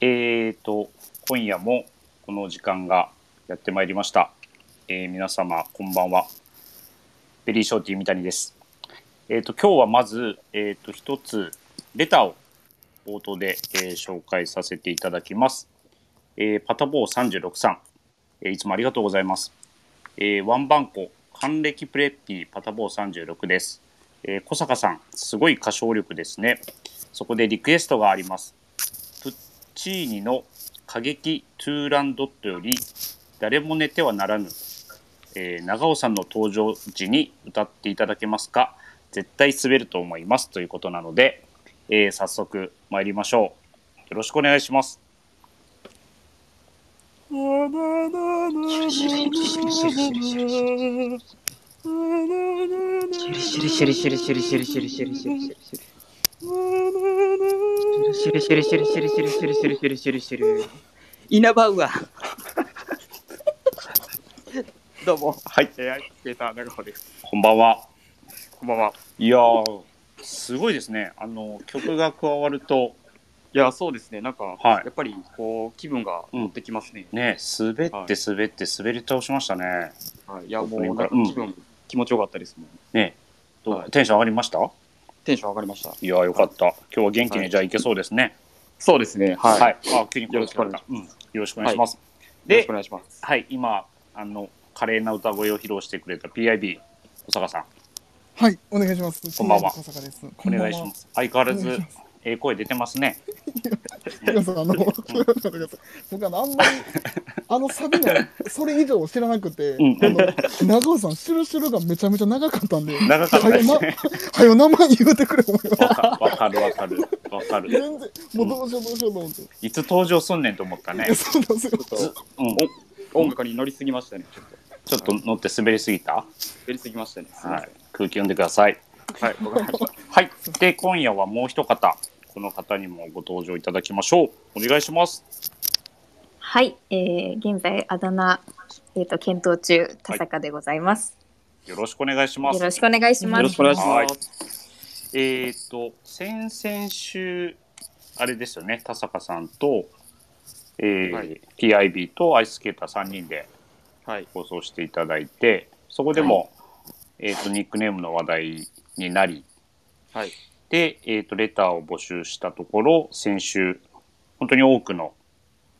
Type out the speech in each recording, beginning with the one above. えーと、今夜もこの時間がやってまいりました。えー皆様、こんばんは。ベリーショーティー三谷です。えーと、今日はまず、えーと、一つ、レターを冒頭で、えー紹介させていただきます。えーパタボー36さん、えーいつもありがとうございます。えーワンバンコ、還暦プレッピーパタボー36です。えー小坂さん、すごい歌唱力ですね。そこでリクエストがあります。プッチーニの過激トゥーランドットより誰も寝てはならぬ、えー長尾さんの登場時に歌っていただけますか絶対滑ると思いますということなので、えー早速参りましょう。よろしくお願いします。シュルシュルシュルシュルシュルシュルシュルシュルシュルシュルシュルシュルシュルシュルシュルシュルシュルシュルシュルイナバウア ーどうもはい、えー、データ長尾です。こんばんは。こんばんは。いやー、すごいですね。あの、曲が加わると、いや、そうですね。なんか、はいやっぱり、こう、気分が乗ってきますね。ね、滑って滑って滑り倒しましたね。はい、いや、もう、オーなプニンんグからか気分、気持ちよかったですもん。ね、どうはいテンション上がりましたテンション上がりました。いやーよかった。今日は元気に、はいじゃあいけそうですね。そうですね。はい。はい。あ、急に声が聞こえたうんよろしくお願いします。よろでしくお、願いします。はい、今、あの、華麗な歌声を披露してくれた PIB、小坂さん、はい、お願いします。こんばんは小坂です。お願いします。相変わらお願ずいしま、ええ声出てますね。皆さん、あの、僕、あの、あんまり、あのサビの、それ以上を知らなくて、んあの長尾さん、シュルシュルがめちゃめちゃ長かったんで、長かったはでよすなね。、はよ名前言うてくれ、思いまわかわかるわかる。わかる。全然、もうどうしようどうしようと思って。いいつ登場すんねんと思ったねや、。そうなんですよ。ちょっと、うん、音楽に乗りすぎましたね。ちょっと、ちょっと乗って滑りすぎたやりすぎましたね。すいはまい。空気読んでください。せんはい、わかりました。はい。で、今夜はもう一方、この方にもご登場いただきましょう。お願いします。はい、えー、現在あだ名、えー、と検討中田坂でございます、よろしくお願いしますよ。ろしくお願いしますよろしくお願いしはいます。えっ、と、先々週、あれですよね、田坂さんと、えーはい PIB とアイススケーター3人ではい。放送していただいて、そこでも、えっ、と、ニックネームの話題になり、はい。で、えっ、と、レターを募集したところ、先週、本当に多くの、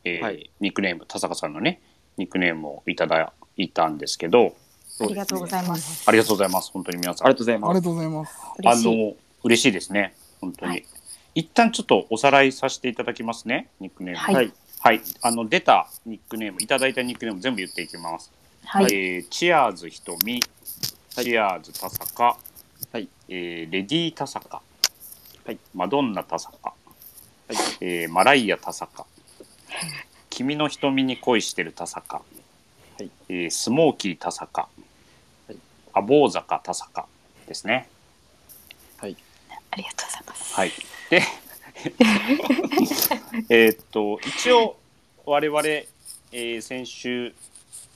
えーはいニックネーム、田坂さんのね、ニックネームをいただいたんですけど、ありがとうござまいますありがとうございます、本当に皆すさあんりが。とうございありまがす。とうございます。あ嬉しいの、嬉しいですね。本当に。はい一旦ちょっとおさらいさせていただきますね。ニックネーム。はいはい。はいあの、出たニックネーム、いただいたニックネーム全部言っていきます。はい、えーチアーズひとみ、はいチアーズ田坂、はいえーレディー田坂、はいマドンナ田坂、いえーマライア田坂、君の瞳に恋してる田坂、いえースモーキー田坂、はいアボー坂田坂ですね。ありがとうございますはい。で、 えーっと、一応、我々、えー先週、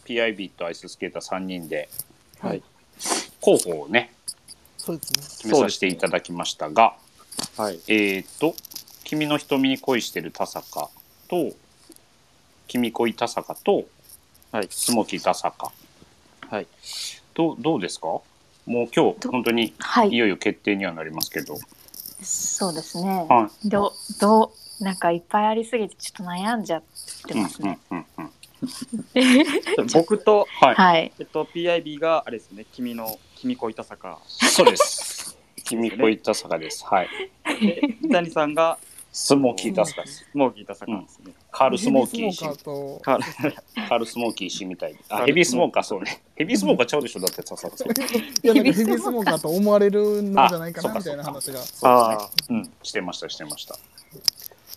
PIB とアイススケーター3人で、はい。候補をね、そうですね。決めさせていただきましたが、はい。えーっと、君の瞳に恋してる田坂と、君恋田坂と、はいスモキ田坂。はい。どう、どうですかもう今日、ど本当に、はいいよいよ決定にはなりますけど。そうですねはい。どうどうなんかいっぱいありすぎてちょっと悩んじゃってうんうますねん、うんうん。僕と、はい。はいえっと、PIB が、あれですね、君の、君恋田坂。そうです。君恋田坂です。はい。で、三谷さんが、スモーキー田坂です。スモーキー田坂ですね。カールスモーキーヘビスモー氏カ。ーと、カールカールスモーキー氏みたい。カーあ、ルヘビースモーカー、そうね。ヘビースモーカーちゃうでしょ、だって田坂さん。いや、なんかヘビスモーカーと思われるのじゃないかあな、みたいな話が。そうあですね。うん、してました、してました。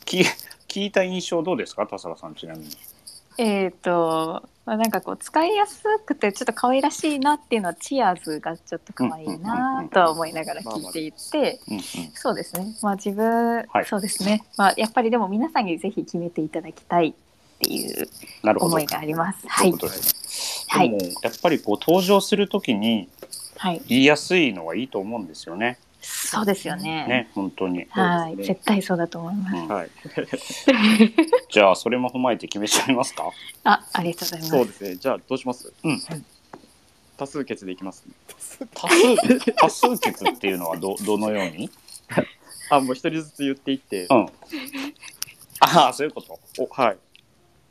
き聞いた印象どうですか、田坂さん、ちなみに。えっ、とまあなんかこう使いやすくてちょっと可愛らしいなっていうのはチアーズがちょっと可愛いなとは思いながら聞いていてうんうん。そうですねまあ自分、はいそうですねまあやっぱりでも皆さんにぜひ決めていただきたいっていうなるほど。思いがありますとはいいうことですはね。いでも、やっぱりこう登場するときにはい言いやすいのはいいと思うんですよね。そうですよね。ね、本当に。はそうい、ですね絶対そうだと思います。うんはい。じゃあ、それも踏まえて決めちゃいますかあ、ありがとうございます。そうですね。じゃあ、どうしますうん。多数決でいきます、ね。多数、多数決っていうのはど、どのようにあ、もう一人ずつ言っていって。うん。ああ、そういうこと。お、はい。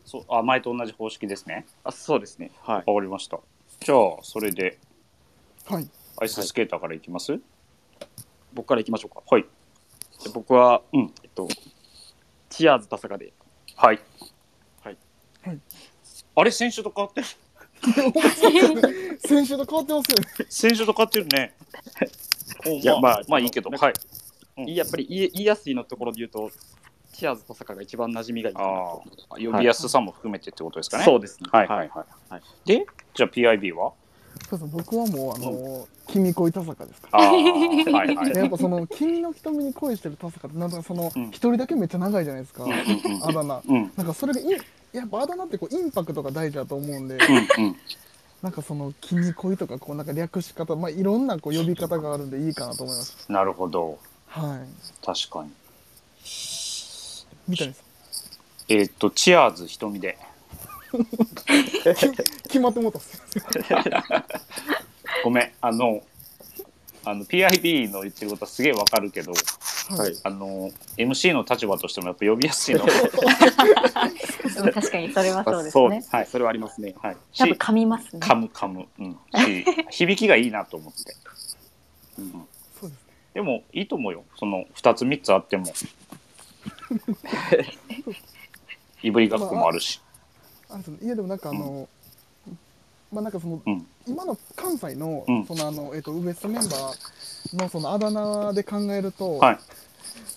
そうあ前と同じ方式ですね。あ、そうですね。はい。わかりました。じゃあ、それで、 はい。アイススケーターからいきますはい。僕から行きましょうか。はい。じゃあ僕は、うんえっと、チアーズ田坂で。はい。はいあれ、先週と変わってる先週と変わってますよね。先週と変わってるね。おいやままああ、まあいいけど。なんはかい。うんいいやっぱり言い言いやすいのところで言うと、チアーズ田坂が一番馴染みがいいかなあと。あ、呼びやすさも含めてってことですかね。そうですね。はいはいはい。はいで、じゃあ PIB はそうそう僕はもう、あの、君恋田坂ですかああ、はいはら。い。やっぱその、君の瞳に恋してる田坂って、なんとかその、うん一人だけめっちゃ長いじゃないですかうん。うんあだ名。うん。うんなんかそれがイン、やっぱあだ名ってこうインパクトが大事だと思うんで、うんうん。なんかその、君恋とか、こうなんか略し方、まあいろんなこう呼び方があるんでいいかなと思います。なるほど。はい。確かに。みたいです。えーっと、チアーズ瞳で。決まってもうたっす。ごめん、あの、あの PIB の言ってることはすげえわかるけど、はい。あの、MC の立場としてもやっぱ呼びやすいの。うん確かにそれはそうですそうね。はい。それはありますね。はい。多し分、噛みますね。噛む噛む。うん。 し響きがいいなと思って。うんそうですね。でも、いいと思うよ。その、二つ三つあ っても。いぶりがっこもあるし。あれですねいやでもなんかあの、まあなんかその、うん今の関西の、うんそのあの、えっ、と、ウエストメンバーのそのあだ名で考えると、はい。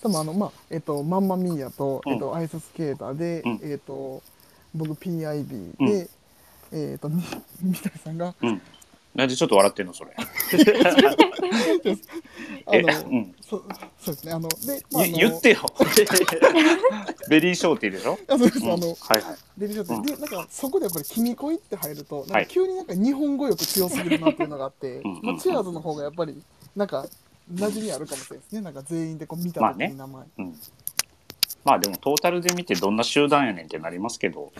多分あの、まあ、えっ、と、マンマミーヤと、うんえっ、と、アイススケーターで、うんえっ、と、僕 PIB うんで、えっ、と、 み三谷さんが、うん。なんでちょっと笑ってんのそれ。あえ、の、うん。そそうですね、あの、で、あ、あいの言 ってよ。ベリーショーティーでしょあそうです、うんあの、はいはい。デビューショーで、で、なんか、そこでやっぱり、君恋って入ると、はなんいか急になんか日本語力強すぎるなっていうのがあってうんうん、まあ、チアーズの方がやっぱり、なんか、馴染みあるかもしれないですね。なんか全員でこう見たまあ時ねに名前。うん。まあでもトータルで見てどんな集団やねんってなりますけ ど。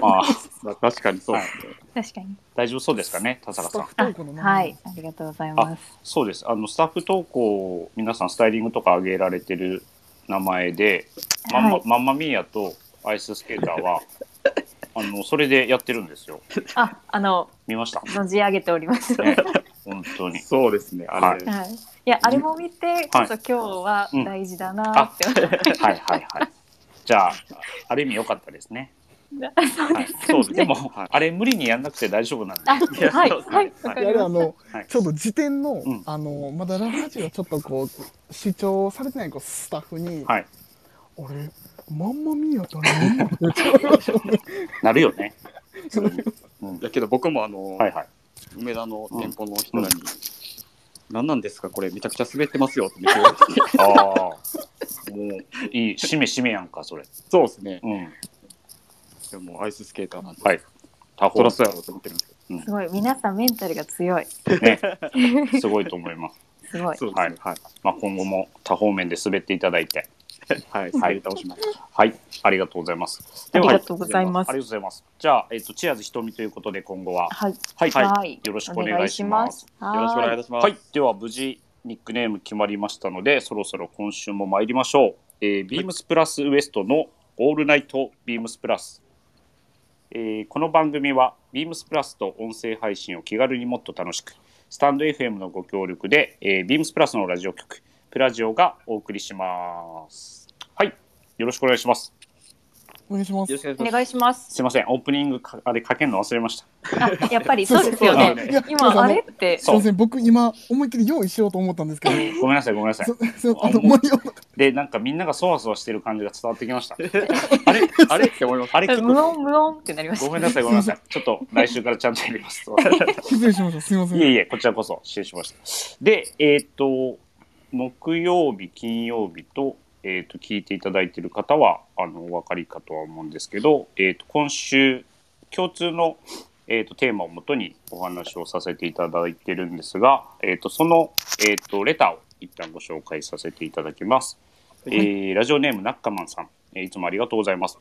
まあ、 まあ確かにそうですね。確かに。大丈夫そうですかね、田坂さん。スタッフトークの名前。はい、ありがとうございます。そうです。あの、スタッフ投稿、皆さんスタイリングとか上げられてる名前で、マンマ,、はいマンマミーヤとアイススケーターは、 あの、それでやってるんですよ。あ、あの、見ました。存じ上げております。はねい。、本当に。そうですね。あれ、はいいや、あれも見て、ちょっと今日はうん大事だなって思って。はいはいはい。じゃあ、ある意味良かったですね。はい、そうです。でも、あれ無理にやんなくて大丈夫なんで。あ、はい、そうはい、わいかやありれまあしの、はいちょっと時点の、うんあの、まだラジオちょっとこう、主張されてないこうスタッフに、はい。俺、マンマミーヤと何なんだなるよね。それうん、だけど僕もあの、はいはい。梅田の店舗の人らに、何なんですかこれめちゃくちゃ滑ってますよって見てああ。もう、いい。しめしめやんか、それ。 そうですね。うん。でもアイススケーターなんで、はい。他そ方らそうやろうと思ってるんですけた。すごい、皆さんメンタルが強い。ね、すごいと思います。すごい。ど。はいはい。まあ、今後も多方面で滑っていただいて、はい。滑り倒しました。はい、ありがとうございます。あでりはがとうございますありがとうございます。じゃあ、えっ、と、チアーズ瞳ということで、今後は。はい、はい、はいよろしくお願いします。。お願よろしくお願いいいしますたします。はい、では、無事、ニックネーム決まりましたので、そろそろ今週も参りましょう。えー、ビームスプラスウエストのオールナイトビームスプラス。えーこの番組はビームスプラスと音声配信を気軽にもっと楽しくスタンド FM のご協力で、えー、ビームスプラスのラジオ局プラジオがお送りしますはいよろしくお願いしますお願いします。よろしくお願いしはい。ます。お願いします。すいませんオープニングかあれかけるの忘れましたあ、やっぱりそうですよそうね。いや今、あれってす。いません、僕今、思いっきり用意しようと思ったんですけど、ごめんなさいごめんなさいそそあの、間に合わなかっでなんかみんながそわそわしてる感じが伝わってきましたあれあれって思います。あれ聞無く音無音ってなりました。ごめんなさいごめんなさいちょっと来週からちゃんとや りますた失礼しました。すみません。いえいえ、こちらこそ、失礼しました。で、えっ、と、木曜日、金曜日と、えっ、と、聞いていただいている方は、あの、お分かりかとは思うんですけど、えっ、と、今週、共通の、えっ、と、テーマをもとにお話をさせていただいてるんですが、えっ、と、その、えっ、と、レターを一旦ご紹介させていただきます。えーラジオネームナッカマンさん、えーいつもありがとうございます。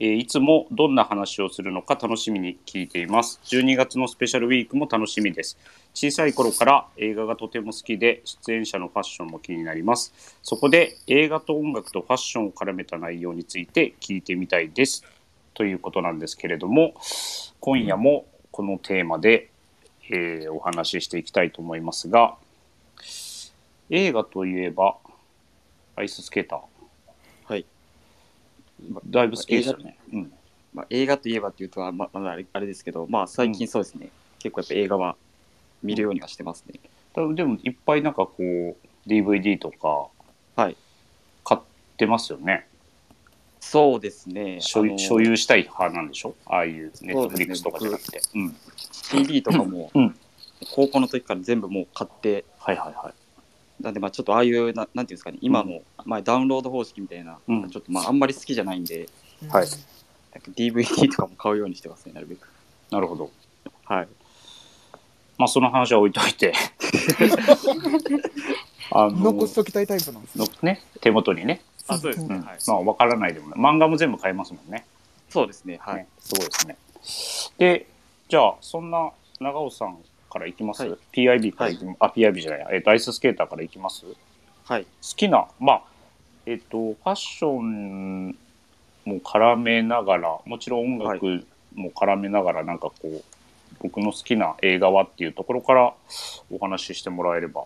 えーいつもどんな話をするのか楽しみに聞いています。12月のスペシャルウィークも楽しみです。小さい頃から映画がとても好きで、出演者のファッションも気になります。そこで映画と音楽とファッションを絡めた内容について聞いてみたいです。ということなんですけれども、今夜もこのテーマで、えーお話ししていきたいと思いますが、映画といえば、アイススケーター。はい。だいぶ好きでしたね。うん。まあ、映画といえばっていうとはままだあれあれですけど、まあ、最近そうですね、結構やっぱ映画は見るようにはしてますね。多分でもいっぱいなんかこう DVD とかはい買ってますよね、そうですね。所あ有の所有したい派なんでしょああいうネッそトうフですリねックスとかじゃなくてう,、ん CD とかも、うん高校の時から全部もう買って、はいはいはいなんでまあちょっとああいうな、なんていうんですかね、今の、まあ、ダウンロード方式みたいな、うんちょっとまああんまり好きじゃないんで、はいなんか DVD とかも買うようにしてますね、なるべく。なるほどはい。まあその話は置いとい てあの残しときたいタイプなんですねのね手元にね、あそうですうね、んはい。まあわからないでもない漫画も全部買えますもんねそうですね、はい。ねすごいですねでじゃあそんな長尾さんからいきます、はい PIB からいき、あ PIB じゃない、えっとアイススケーターからいきますはい。好きな、まあ、えっと、ファッションも絡めながら、もちろん音楽も絡めながら、なんかこう、僕の好きな映画はっていうところからお話ししてもらえれば。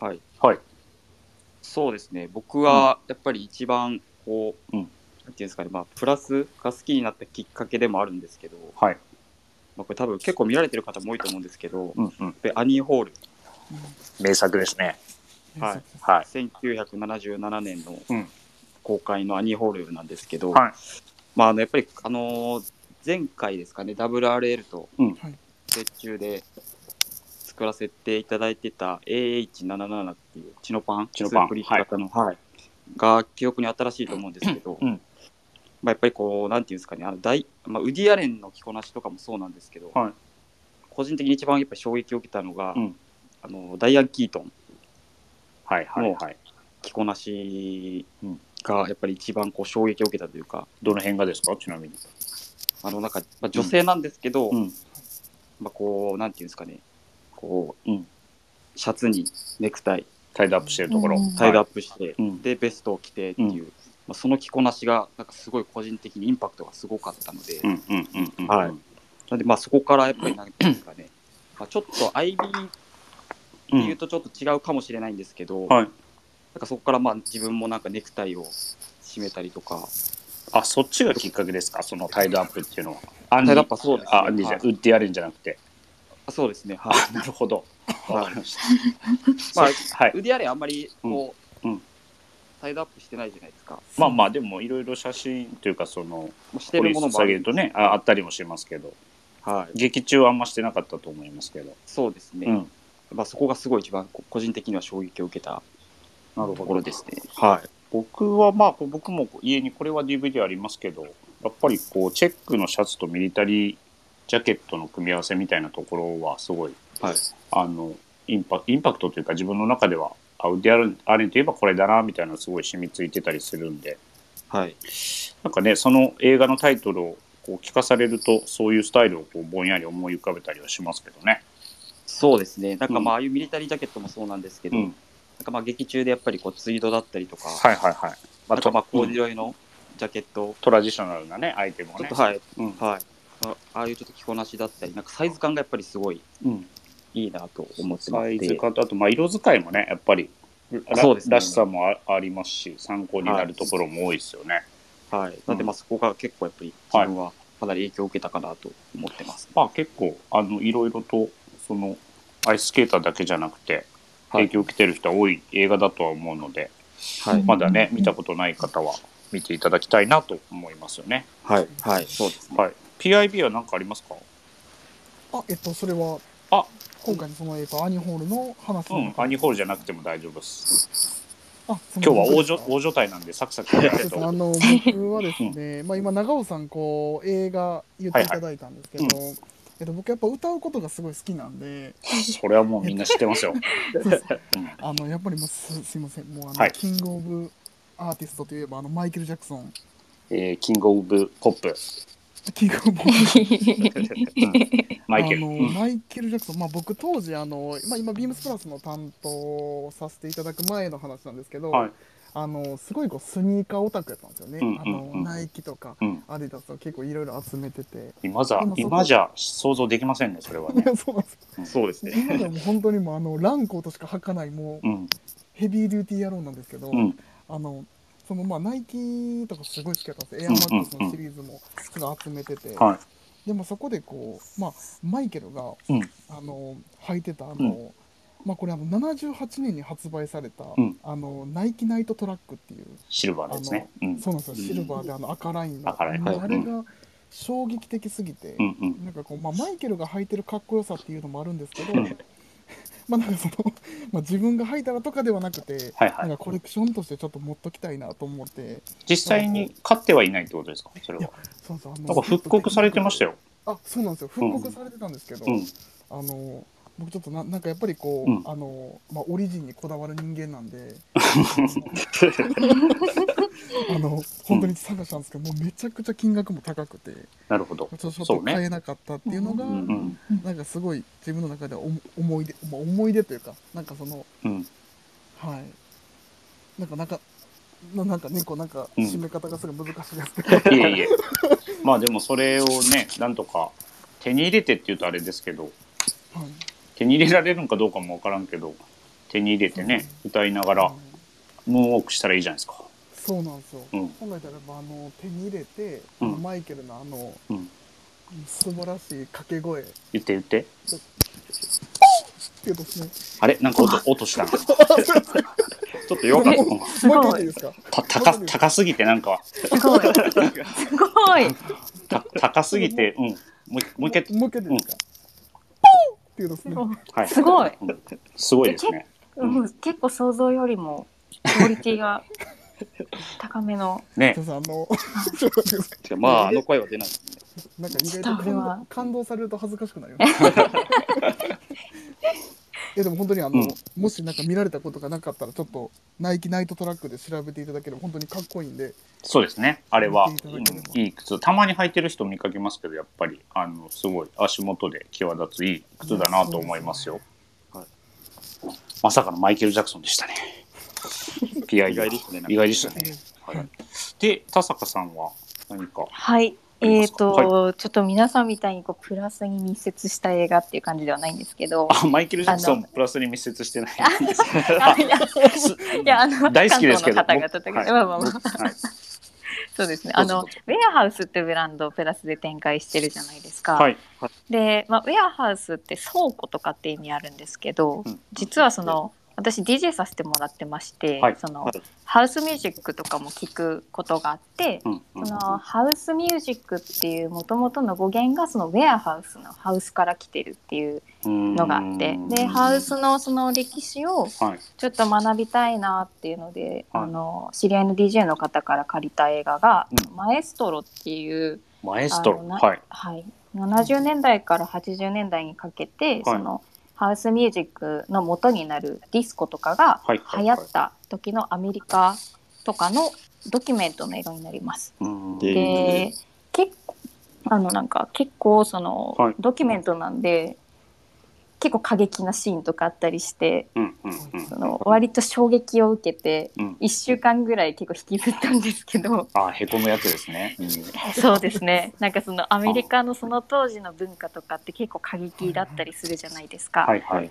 はい。はい。そうですね、僕はやっぱり一番、こう、うんなんていうんですかね、まあ、プラスが好きになったきっかけでもあるんですけど、はい。まあ、これ多分結構見られてる方も多いと思うんですけど、うんうん。でアニー・ホール、名作ですね。はい、はい。 1977年のうん公開のアニー・ホールなんですけど、はいまあ、あのやっぱり、あのー前回ですかね、WRL とうんはい別中で作らせていただいてた AH77 っていうチノパン、チノパンスープリック型の、はいが記憶に新しいと思うんですけど、うんまあ、やっぱりこう、なんていうんですかね、あの大まあ、ウディ・アレンの着こなしとかもそうなんですけど、はい個人的に一番やっぱり衝撃を受けたのが、うんあのダイアン・キートン。はいはいはい。着こなしがやっぱり一番こう衝撃を受けたというか、どの辺がですかちなみに。あのなんか、まあ、女性なんですけど、うん。まあ、こうなんていうんですかねこう、うんシャツにネクタイタイドアップしてるところ。うんタイドアッップして、プ。うん。でベストを着てっていう、まあ、その着こなしがなんかすごい個人的にインパクトがすごかったので、うんうんうんうん。はいなんでまあそこからやっぱりなんていうんですかね、 まあ、ちょっと IB ってう。いうんとちょっと違うかもしれないんですけど、はいなんかそこからまあ自分もなんかネクタイを締めたりとか、あ、そっちがきっかけですかそのタイドアップっていうのは。アンタデイドアィップはそうですねあ、アンディじゃんはウッディアレンじゃなくて。あそうですねはいあ、なるほど。 わかりました。まあはい。腕あれあんまりこう、うんうんサイドアップしてないじゃないですか。もまあまあでもいろいろ写真というかそのうして掘るりものも下あげるる。とねああったりもしますけどはい。劇中はあんましてなかったと思いますけど、そうですね。うん、まあそこがすごい一番こ個人的には衝撃を受けたなるところですね。はい。僕はまあこう僕もこう家にこれは DVD ありますけどやっぱりこうチェックのシャツとミリタリージャケットの組み合わせみたいなところはすごいはい。あのインパインパクトというか自分の中ではあウディアレンアレンといえばこれだなみたいなのがすごい染みついてたりするんではい。なんかね、その映画のタイトルをこう聞かされると、そういうスタイルをこうぼんやり思い浮かべたりはしますけどね。そうですね。なんかまうんあああいうミリタリージャケットもそうなんですけど、なん。かまあ劇中でやっぱりこうツイードだったりとか、はいはいはい。まなんかまあコーうデんィロイのジャケット、トラディショナルなね、アイテムをちょねっと。はい。うん。はい。まあああいうちょっと着こなしだったり、なんかサイズ感がやっぱりすごいうん。いいなと思ってまサすイズ感と、あと、まあ、色使いもね、やっぱり、らそうですねらしさもあありますし、参考になるところも多いですよね。はい。なんでまあそこが結構やっぱり自分はかなり影響を受けたかなと思ってます。まあ、結構、あの、いろいろと、その、アイススケーターだけじゃなくて、はい影響を受けてる人は多い映画だとは思うので、はいまだね、見たことない方は見ていただきたいなと思いますよね。はい、はい、そうですね。はい。PIB は何かありますかあえっとそれはあ今回のそのえっとアニホールの話うんの、アニホールじゃなくても大丈夫です。あその今日は大所大所帯なんで、サクサクやそうるですとね。 あの僕はですね、まあ今長尾さんこう映画言っていただいたんですけど、はえっと、僕やっぱ歌うことがすごい好きなんで、それはもうみんな知ってますよ。そうですうん あのやっぱりもうすすいません、もうあの、はいキングオブアーティストといえばあのマイケル・ジャクソン、えーキングオブポップ、キングオブ マイケル。あのうんマイケル・ジャクソン、まあ、僕当時あの、まあ、今ビームスプラスの担当をさせていただく前の話なんですけど、はいあのすごいこうスニーカーオタクやったんですよね、うんうんうんあのナイキとかうんアディダスとか結構いろいろ集めてて 今じゃでもそこ今じゃ想像できませんねそれはね。そうなんですそうですね。今でも本当にもうあのランコーとしか履かないもううんヘビーデューティー野郎なんですけど、うんあのそのまあナイキとかすごい好きだったんですエアマックスのシリーズもすごい集めてて、はいでもそこでこう、まあ、マイケルが、うんあの履いてたあの、うんまあ、これあの78年に発売された、うんあのナイキナイトトラックっていうシルバーのですね。うんそうなんですよシルバーであの赤ラインの、赤ラインはいあれが衝撃的すぎて、うんうんなんかこう、まあ、マイケルが履いてるかっこよさっていうのもあるんですけど、うん まあなんかその、まあ、自分が履いたらとかではなくて、はいなはんかい。コレクションとしてちょっと持っときたいなと思って、実際に勝ってはいないってことですかそれは。そうそうあのなんか復刻されてましたよ。あそうなんですよ復刻されてたんですけど、うんあの僕ちょっとななんかやっぱりこう、うんあのまあ、オリジンにこだわる人間な んであの本当に探したんですけど、もうめちゃくちゃ金額も高くてなるほど。ちょちょそっとうね買えなかったっていうのがうんうんなんかすごい自分の中ではお思い出、まあ、思い出というかなんかそのうんはいなんかなんかななんかねこうなんかうん締め方がすごい難しいですけど、いえいえ。 まあでもそれをねなんとか手に入れてっていうとあれですけどはい手に入れられるのかどうかもわからんけど手に入れてね歌いながうらんムーンウォークしたらいいじゃないですか。そうなんですよ、うん本来であればあの手に入れて、うんあのマイケルのあの、うん素晴らしい掛け声って言って言って。いうとですね あれなんか音音 したな。ちょっと弱かったな。すもう一回言っごていいいですかた高高すぎてなんかすごいすごいた高すぎてうんもうもう一回もう一回言っていいですか、ポーンっていうとですねはいすごい、うんすごいですねうん、結構想像よりもクオリティが高めのねちょっとあの ちょっと待ってくださてかまあ、あの声は出ない。いなんか意ちょっ外ととこれ感は動感動されると恥ずかしくなり ますいやでも本当にあの、うんもしなんか見られたことがなかったらちょっとナイキナイトトラックで調べていただければ本当にかっこいいんでそうですねあれは、見ていただければうんいい靴たまに履いてる人見かけますけどやっぱりあのすごい足元で際立ついい靴だなと思いますよそうでまさかのマイケル・ジャクソンでしたね意外意外でしたね意外でしたね、はい、で田坂さんは何かはいありえまっ、すかと、ちょっと皆さんみたいにこうプラスに密接した映画っていう感じではないんですけどあマイケル・ジャクソあンのプラスに密接してないあ いやいやあの 大好きですけど関東の方々とか、はいまあまあまあはいそうですねどあうぞのウェアハウスってブランドをプラスで展開してるじゃないですか、はいで、まあ、ウェアハウスって倉庫とかって意味あるんですけど、うん実はその私 DJ させてもらってまして、はいそのはいハウスミュージックとかも聞くことがあって、うんうんそのハウスミュージックっていうもともとの語源がそのウェアハウスのハウスから来てるっていうのがあってでハウスのその歴史をはいちょっと学びたいなっていうので、はいあの知り合いの DJ の方から借りた映画が「うマエストロ」っていう、マエストあロのなはいはい、70年代から80年代にかけて、そのハウスミュージックの元になるディスコとかがはいはいはい流行った時のアメリカとかのドキュメントの映画になります。うんでで結構あのなんか結構その、はいドキュメントなんで結構過激なシーンとかあったりしてうんうんうんその割と衝撃を受けてうん1週間ぐらい結構引きずったんですけどあへこむやつですね。うんそうです ねなんかそのアメリカのその当時の文化とかって結構過激だったりするじゃないですか、はいはい。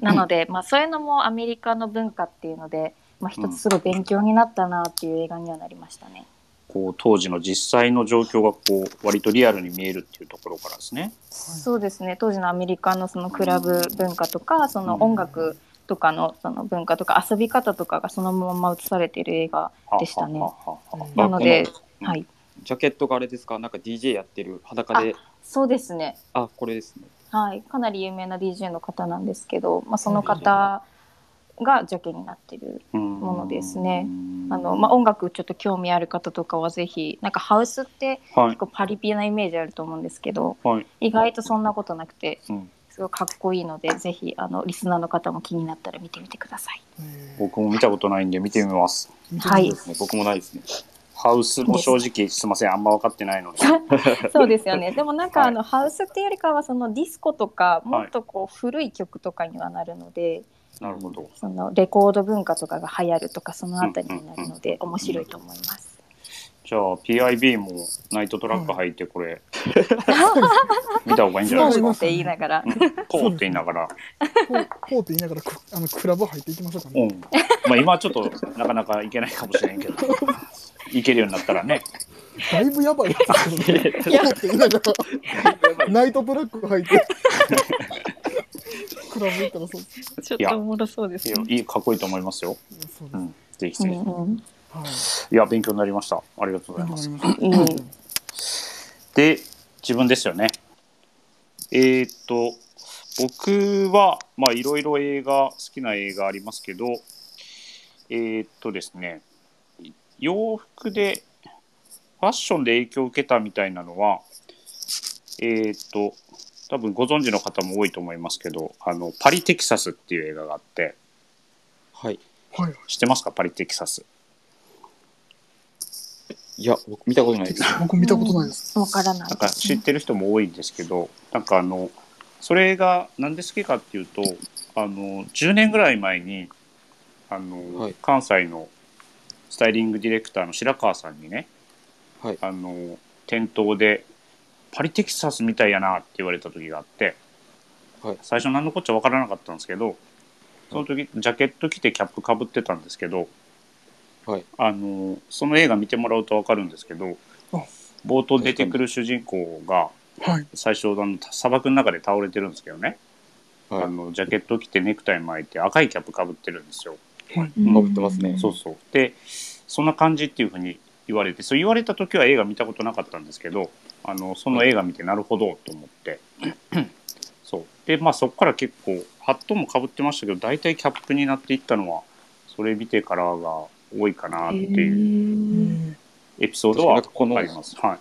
なので、まあ、そういうのもアメリカの文化っていうので、まあ、一つすごい勉強になったなっていう映画にはなりましたね。こう当時の実際の状況がこう割とリアルに見えるっていうところからですね。そうですね当時のアメリカのそのクラブ文化とかその音楽とかのその文化とか遊び方とかがそのまま映されている映画でしたねははははなのでこうんはいジャケットがあれですかなんか DJ やってる裸で。そうですねあこれですね。はい、かなり有名な DJ の方なんですけど、まあ、その方がジャケになってるものですね。あのまあ、音楽ちょっと興味ある方とかはぜひなんかハウスってはい結。構パリピなイメージあると思うんですけど、はい意外とそんなことなくてうんすごいかっこいいのでぜひあのリスナーの方も気になったら見てみてください。僕も見たことないんで見てみます。はいそうですね。僕もないですね。ハウスも正直すみませんあんま分かってないので。そうですよねでもなんかはいあの、ハウスっていうよりかはそのディスコとかもっとこう古い曲とかにはなるので、なるほど。そのレコード文化とかが流行るとかそのあたりになるので面白いと思います。じゃあ PIB もナイトトラック入ってこ れ、見た方がいいんじゃそなういですすでねか。って言いながら、こうって言いながら。こうこうって言いながらくあのクラブ入っていきましょうかうね。ん。まあ今はちょっとなかなか行けないかもしれんけど。行けるようになったらね。だいぶやばいやつですけどね。こうって言いながらナイトトラック入ってクラブ行ったらそうですちょっいやとおもろそうですいやね。いいかっこいいと思いますよ。そううでん。ぜひうぜひ。んうんす。いや勉強になりました。ありがとうごはい。ざいわまかすり。ましたうんで自分ですよねえーっと僕はまあいろいろ映画好きな映画ありますけどえーっとですね洋服でファッションで影響を受けたみたいなのはえーっと多分ご存知の方も多いと思いますけど「あのパリ・テキサス」っていう映画があってはい。はい。知ってますかパリ・テキサスいや、僕見たことないです。僕見たことないです。わからないなんでかす知ね、ってる人も多いんですけど、なんかあの、それがなんで好きかっていうと、あの、10年ぐらい前に、あの、はい関西のスタイリングディレクターの白川さんにね、はいあの、店頭で、パリテキサスみたいやなって言われた時があって、はい最初何のこっちゃ分からなかったんですけど、その時、ジャケット着てキャップかぶってたんですけど、はいあの、その映画見てもらうと分かるんですけどあ、冒頭出てくる主人公が、はい。最初あの砂漠の中で倒れてるんですけどね、はいあ。のジャケット着てネクタイ巻いて赤いキャップかぶってるんですよ、うんかぶってますねそうそうでそんな感じっていうふうに言われてそう言われた時は映画見たことなかったんですけどあのその映画見てなるほどと思って そうでまあそこから結構ハットもかぶってましたけど大体キャップになっていったのはそれ見てからが多いかなっていううエピソードはあ確かになんかこのります、はい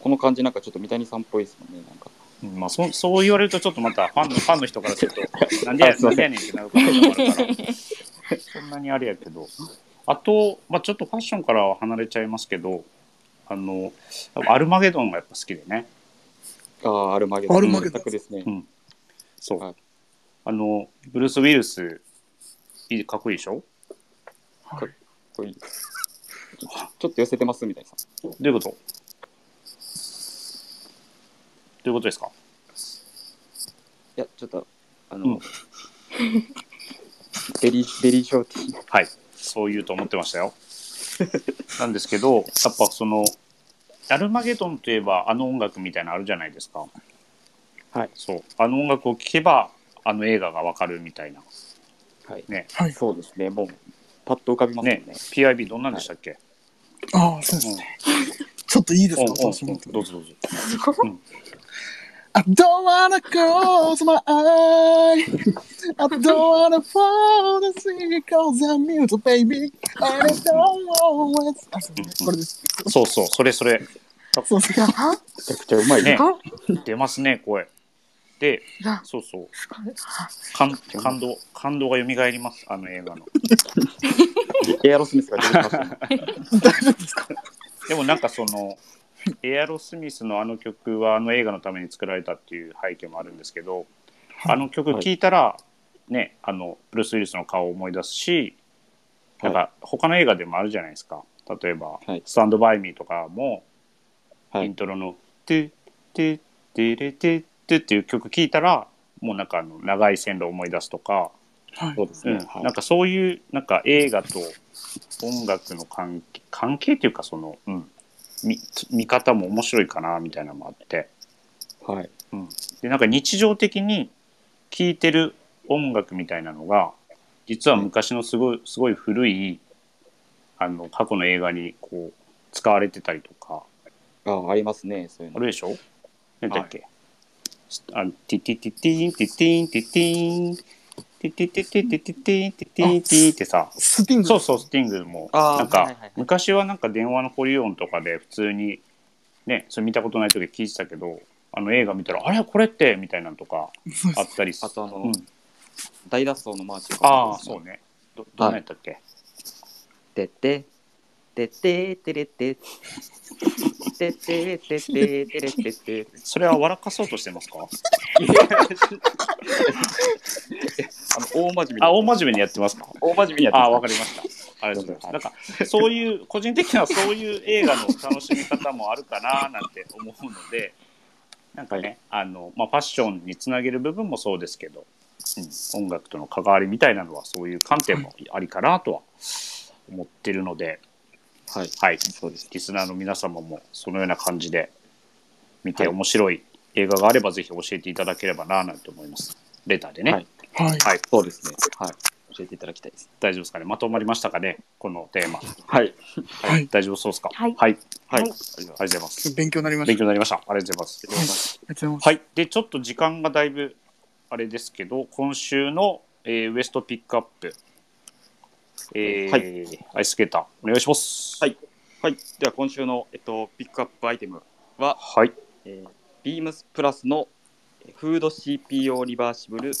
この感じなんかちょっと三谷さんっぽいですもんね。なんか。うんまあ、そそう言われるとちょっとまたファンのファンの人からす るとなんでやあすいなまんでせやねんってなることもあるからそんなにあれやけどあと、まあ、ちょっとファッションからは離れちゃいますけどあのアルマゲドンがやっぱ好きでねああ、アルマゲドン。アルマゲドン作ですね。そう、はいあのブルース・ウィルスいいかっこいいでしょこういうちょっと寄せてますみたいな。どういうことどういうことですかいや、ちょっと、あうんの、ベリー、ベリーショーティー。はい、そう言うと思ってましたよ。 なんですけど、やっぱその、アルマゲドンといえばあの音楽みたいなのあるじゃないですか。はい。そう。あの音楽を聴けば、あの映画がわかるみたいな。はい。ね。はい。そうですね。もう、パッと浮かびますもんねね。、 PIB どんなんでしたっけ、ああ、そうですね。ちょっといいでうすかん、うん私うもん。どうぞどうぞ。 I don't wanna close my eye. I don't wanna fall asleep cause I'm mute, baby. And I don't always. あ、そうねこれです。そうそう、それそれ。そうですね。めちゃくちゃうまいねね。出ますね、声。で、そうそう。感感動、感動が蘇ります、あの映画の。エアロスミスが出てきましたね。でもなんかその、エアロスミスのあの曲はあの映画のために作られたっていう背景もあるんですけど、あの曲聴いたら、ね、あの、ブルース・ウィルスの顔を思い出すし、なんか他の映画でもあるじゃないですか。例えば、はいスタンド・バイ・ミーとかも、はインい。トロの、トゥトゥトゥレテトゥっていう曲聴いたら、もうなんかあの、長い線路を思い出すとか、そうですうね。んはいなんかそういうなんか映画と音楽の関係関係というかその、うん、見見方も面白いかなみたいなのもあってはい。でなんか日常的に聴いてる音楽みたいなのが実は昔のすごいすごい古いあの過去の映画にこう使われてたりとかああ、ありますね。そういうあの。れでしょなんだっけ、あのティティティティーンティティーンティティーンティティティティティティティティティってさ、スティング。そうそう、スティングも、なあーんはいかはいはい、昔はなんか電話のホリオンとかで普通に、ね、それ見たことない時聞いてたけど、あの映画見たら、あれこれってみたいなのとかそうあったりすあとあのうん大脱走のマーチああ、そうね。ど、どんなやったっけてっててっててれっててっててっててれってってそれは笑かそうとしてますかあの大真面目にあ、大真面目にやってますか大真面目にやってあ、わかかりました。ありがとうございます。 なんか、そういう、個人的にはそういう映画の楽しみ方もあるかななんて思うの で、なんかね、あの、まあ、ファッションにつなげる部分もそうですけど、うん、音楽との関わりみたいなのは、そういう観点もありかなとは思ってるので、はいはい。そうですリスナーの皆様もそのような感じで見て面白い映画があればぜひ教えていただければななんて思います。レターでね。はいはい。はい、そうですねはい教えていただきたいです大丈夫ですかねまとまりましたかねこのテーマ。はいはい、はい大丈夫そうですか。はいはい、はいあはりいがとうあございりがとうございます。勉強になりまし勉た。強になりました。ありがとうございます。ますありがとうございはい、で、ちょっと時間がだいぶあれですけど、今週の、えーウエストピックアップ。えーアイススケーター、お願いします。はいはいでは今週のえっとピックアップアイテムははい、えービームスプラスのえーフード CPO リバーシブルで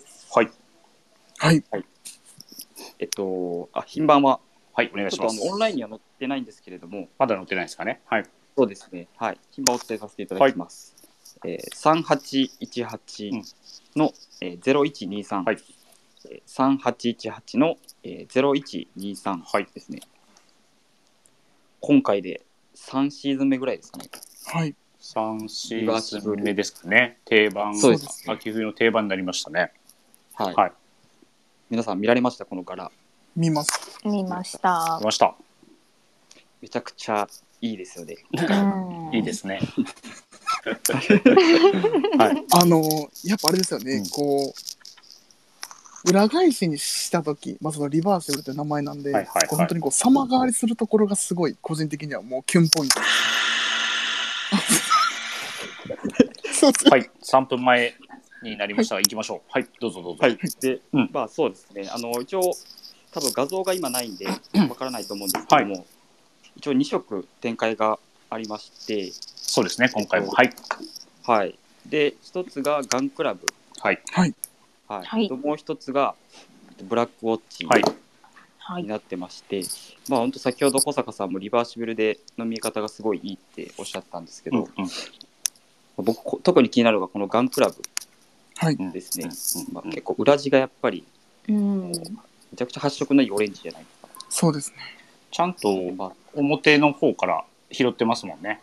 す。はい、はい。えっと、あ、品番は、はい、お願いちしょっまとあすの。オンラインには載ってないんですけれども、まだ載ってないですかね。はい、そうですね。はい。品番をお伝えさせていただきます。えー、3818の、えー、0123、はいえー、3818の、えー、0123はいですね。今回で3シーズン目ぐらいですかね。はい。三シーズン目ですかね。定番、そうです秋冬の定番になりましたね。はい。はい皆さん見られましたこの柄。見ます。見ました。出。ました。めちゃくちゃいいですよね。いいですすね。あのー、やっぱあれですよね、うんこう、裏返しにしたとき、まあ、そのリバーシブルという名前なんで、はいはいはいこう本当にこう様変わりするところがすごい、個人的にはもうキュンポイント。そうそうはい、三分前になりましたが、行きましょう。はい、どうぞどうぞ。はい。で、うんまあそうですね。あの、一応、多分画像が今ない んで、わからないと思うんですけども、一応2色展開がありまして、そうですね、今回も。はい、はい。で、一つがガンクラブ、はい、はい。はいともう一つが、ブラックウォッチはい、はにい。なってまして、まあ本当先ほど小坂さんもリバーシブルでの見え方がすごいいいっておっしゃったんですけうんど、うん、うん僕こ特に気になるのがこのガンクラブはい。うんですね。まあ、うん結構裏地がやっぱりうん。めちゃくちゃ発色のいいオレンジじゃないですか。そうですね。ちゃんとまあ表の方から拾ってますもんね。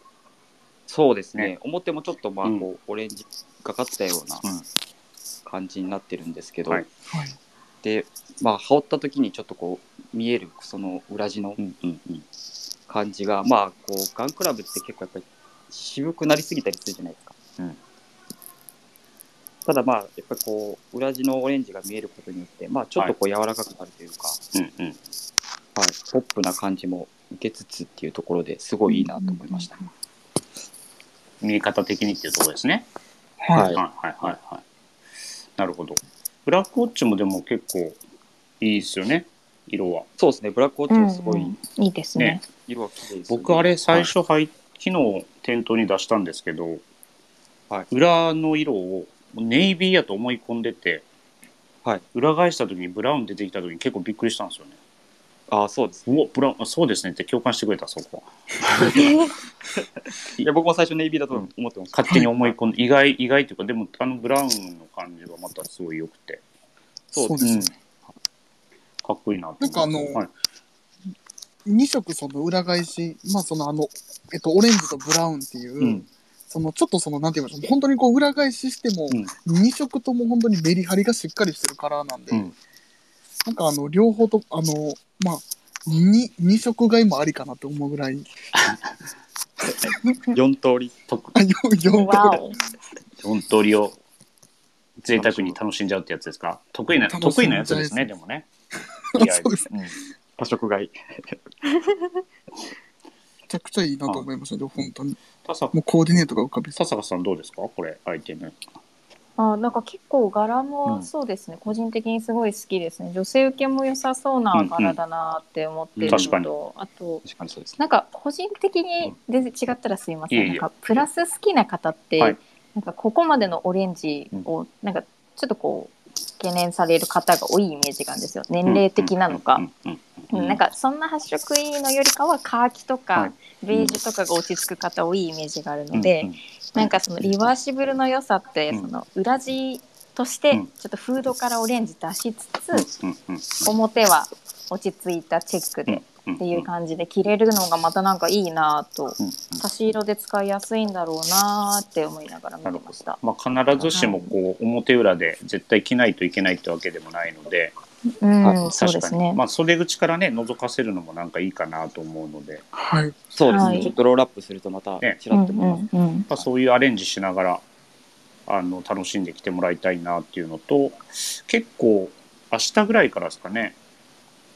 そうですねね表もちょっとまあうんこうオレンジがかったようなうん感じになってるんですけど、はいはい。でまあ羽織った時にちょっとこう見えるその裏地のうんうんうん。感じが、まあこうガンクラブって結構やっぱり渋くなりすぎたりするじゃないですか、うんただまあやっぱりこう裏地のオレンジが見えることによってまあちょっとこう柔らかくなるというか、うんうん。はい、ポップな感じも受けつつっていうところですごいいいなと思いました、見え方的にっていうところですね。ははいい、はい、はい、はい。なるほど。ブラックウォッチもでも結構いいですよね、色は。そうですねブラックウォッうチんもすごいいいですね。色は綺麗ですよね僕あれ最初、はい、昨日店頭に出したんですけど、はい裏の色をネイビーやと思い込んでて、はい裏返した時にブラウン出てきた時に結構びっくりしたんですよね。あそうですうわブラウンあそうですねって共感してくれたそこは。いや僕も最初ネイビーだと思ってました、勝手に思い込んで意外意外というかでもあのブラウンの感じがまたすごい良くて、そうそうでですうすねん。かっこいいなと思って。なんかあのはい2色その裏返し、まあそのあの、えっと、オレンジとブラウンっていう、うんそのちょっとその、なんて言いましょう、本当にこう裏返ししてもうん、 2色とも本当にメリハリがしっかりしてるカラーなんで、うんなんかあの、両方と、あの、まあ、2, 2色買いもありかなと思うぐらい、 4通り特あ、よ、よ、わお。本当にを贅沢に楽しんじゃうってやつですか。得意な楽しんじゃう得意なやつですねでもね。そうです。うん多色買いめちゃくちゃいいなと思いましたね、本当に。田坂もうコーディネートが浮かびそ田う。坂さんどうですかこれアイテム。あなんか結構柄うんもそうですね、個人的にすごい好きですね女性受けも良さそうな柄だなって思ってるのうんうんと、あと確かにそうですね。なんか個人的に全然違ったらすいません、いえいえなんかプラス好きな方って、はいなんかここまでのオレンジをなんかちょっとこう懸念される方が多いイメージがあるんですよ年齢的なのか、うんうんうんうんうんなんかそんな発色いいのよりかはカーキとはかいベージュとかが落ち着く方多いイメージがあるうんので、うんなんかそのリバーシブルの良さってうんその裏地としてちうょんっとフードからオレンジ出しつつ、うんうんうん表は落ち着いたチェックでうんっていう感じで着れるのがまたなんかいいなぁとうんうん差し色で使いやすいんだろうなぁって思いながら見てました。まあ、必ずしもこう表裏で絶対着ないといけないってわけでもないので、うん、あそうですね。まあ、袖口からね覗かせるのもなんかいいかなと思うので、はい。そうですね、はいちょっとロールアップするとまたねちうらんっと見ます、うんうん。まあ、そういうアレンジしながらあの楽しんできてもらいたいなっていうのと結構明日ぐらいからですかね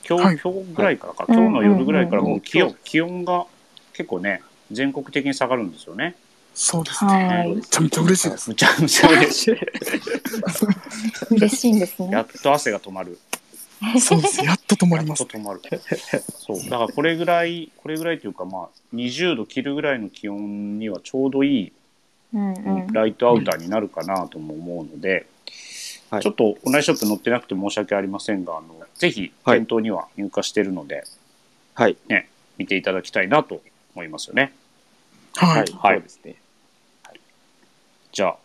今日,、はい今日ぐらいからか、はい今日の夜ぐらいからうんうんもううん気温気温が結構ね全国的に下がるんですよね。そうですね。はいめ、ちゃめちゃ嬉しいです。むちゃむちゃ嬉 しい。嬉しいんですやねっ。と汗が止まる。そうです。やっと止まやりま っとす。止まる。そう。だからこれぐらい、これぐらいというか、まあ、20度切るぐらいの気温にはちょうどいい、うんうん。ライトアウターになるかなとも思うので、はいちょっとオンラインショップ載ってなくて申し訳ありませんが、あの、ぜひはい店頭には入荷してるので、はいね、見ていただきたいなと思いますよね。ははいい、。はいそうですねじゃあ、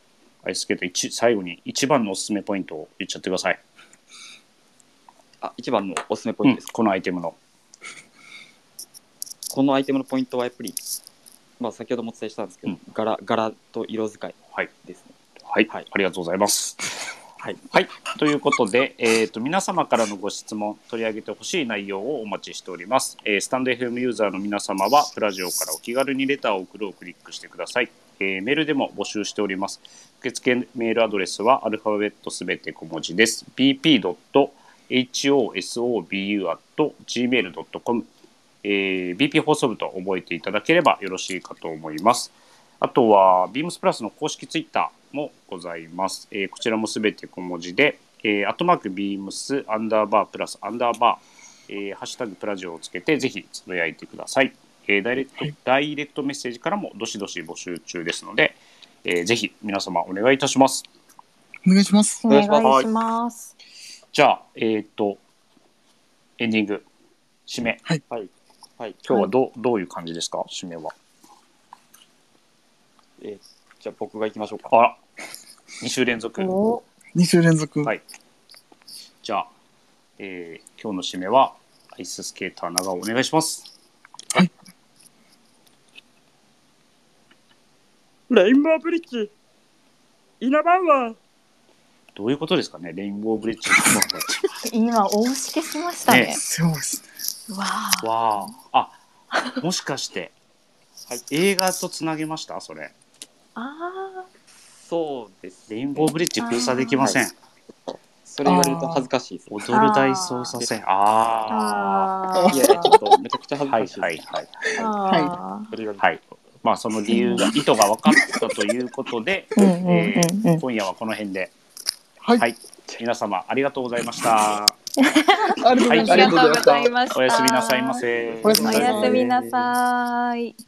アイススケート一最後に一番のおすすめポイントを言っちゃってください。あ一番のおすすめポうインんトです、、このアイテムの。このアイテムのポイントはやっぱり、まあ、先ほどもお伝えしたんですけど、うん柄柄と色使いはいですねはい、はいありがとうございます。はい、はい、ということで、えー、と皆様からのご質問取り上げてほしい内容をお待ちしております、えースタンド FM ユーザーの皆様はプラジオからお気軽にレターを送るをクリックしてください、えーメールでも募集しております受付メールアドレスはアルファベットすべて小文字です bp.hosobu.gmail.com、えー BP 放送部と覚えていただければよろしいかと思いますあとは、ビームスプラスの公式ツイッターもございます。えーこちらもすべて小文字で、えー、アットマークビームスアンダーバープラスアンダーバー、えーハッシュタグプラジオをつけて、ぜひつぶやいてください。えーダイレクト、ダイレクトメッセージからもどしどし募集中ですので、えーぜひ皆様お願いいたします。お願いします。お願い願しますいします。じゃあ、えーっと、エンディング、締め。はい、はい、今日はど,、うどういう感じですか締めは。えーじゃあ僕が行きましょうかあら、2週連続。お二週連続。はいじゃあ、えー今日の締めは、アイススケーター長尾お願いします。レインボーブリッジ稲葉はどういうことですかね、レインボーブリッジ。今大しけしましたね。ねそうです。わあ。わあ、あ、もしかして、はい映画とつなげましたそれ。あそうですレインボーブリッジリッジ封鎖できませんあ。それ言われると恥ずかしいですね踊る大捜査線。ああー。いやちょっとめちゃくちゃあ。恥ずはかいしいです、はいはい。あそれ言われるとはい。まあ、その理由が、意図が分かったということで、ーうんうんえうんうーん。今夜はこの辺で。はい。はあい。皆様、ありがとうございました。りがとうございましたありがとうございました。おやすみなさいま。せ。おやすおみなさいやすみなさい。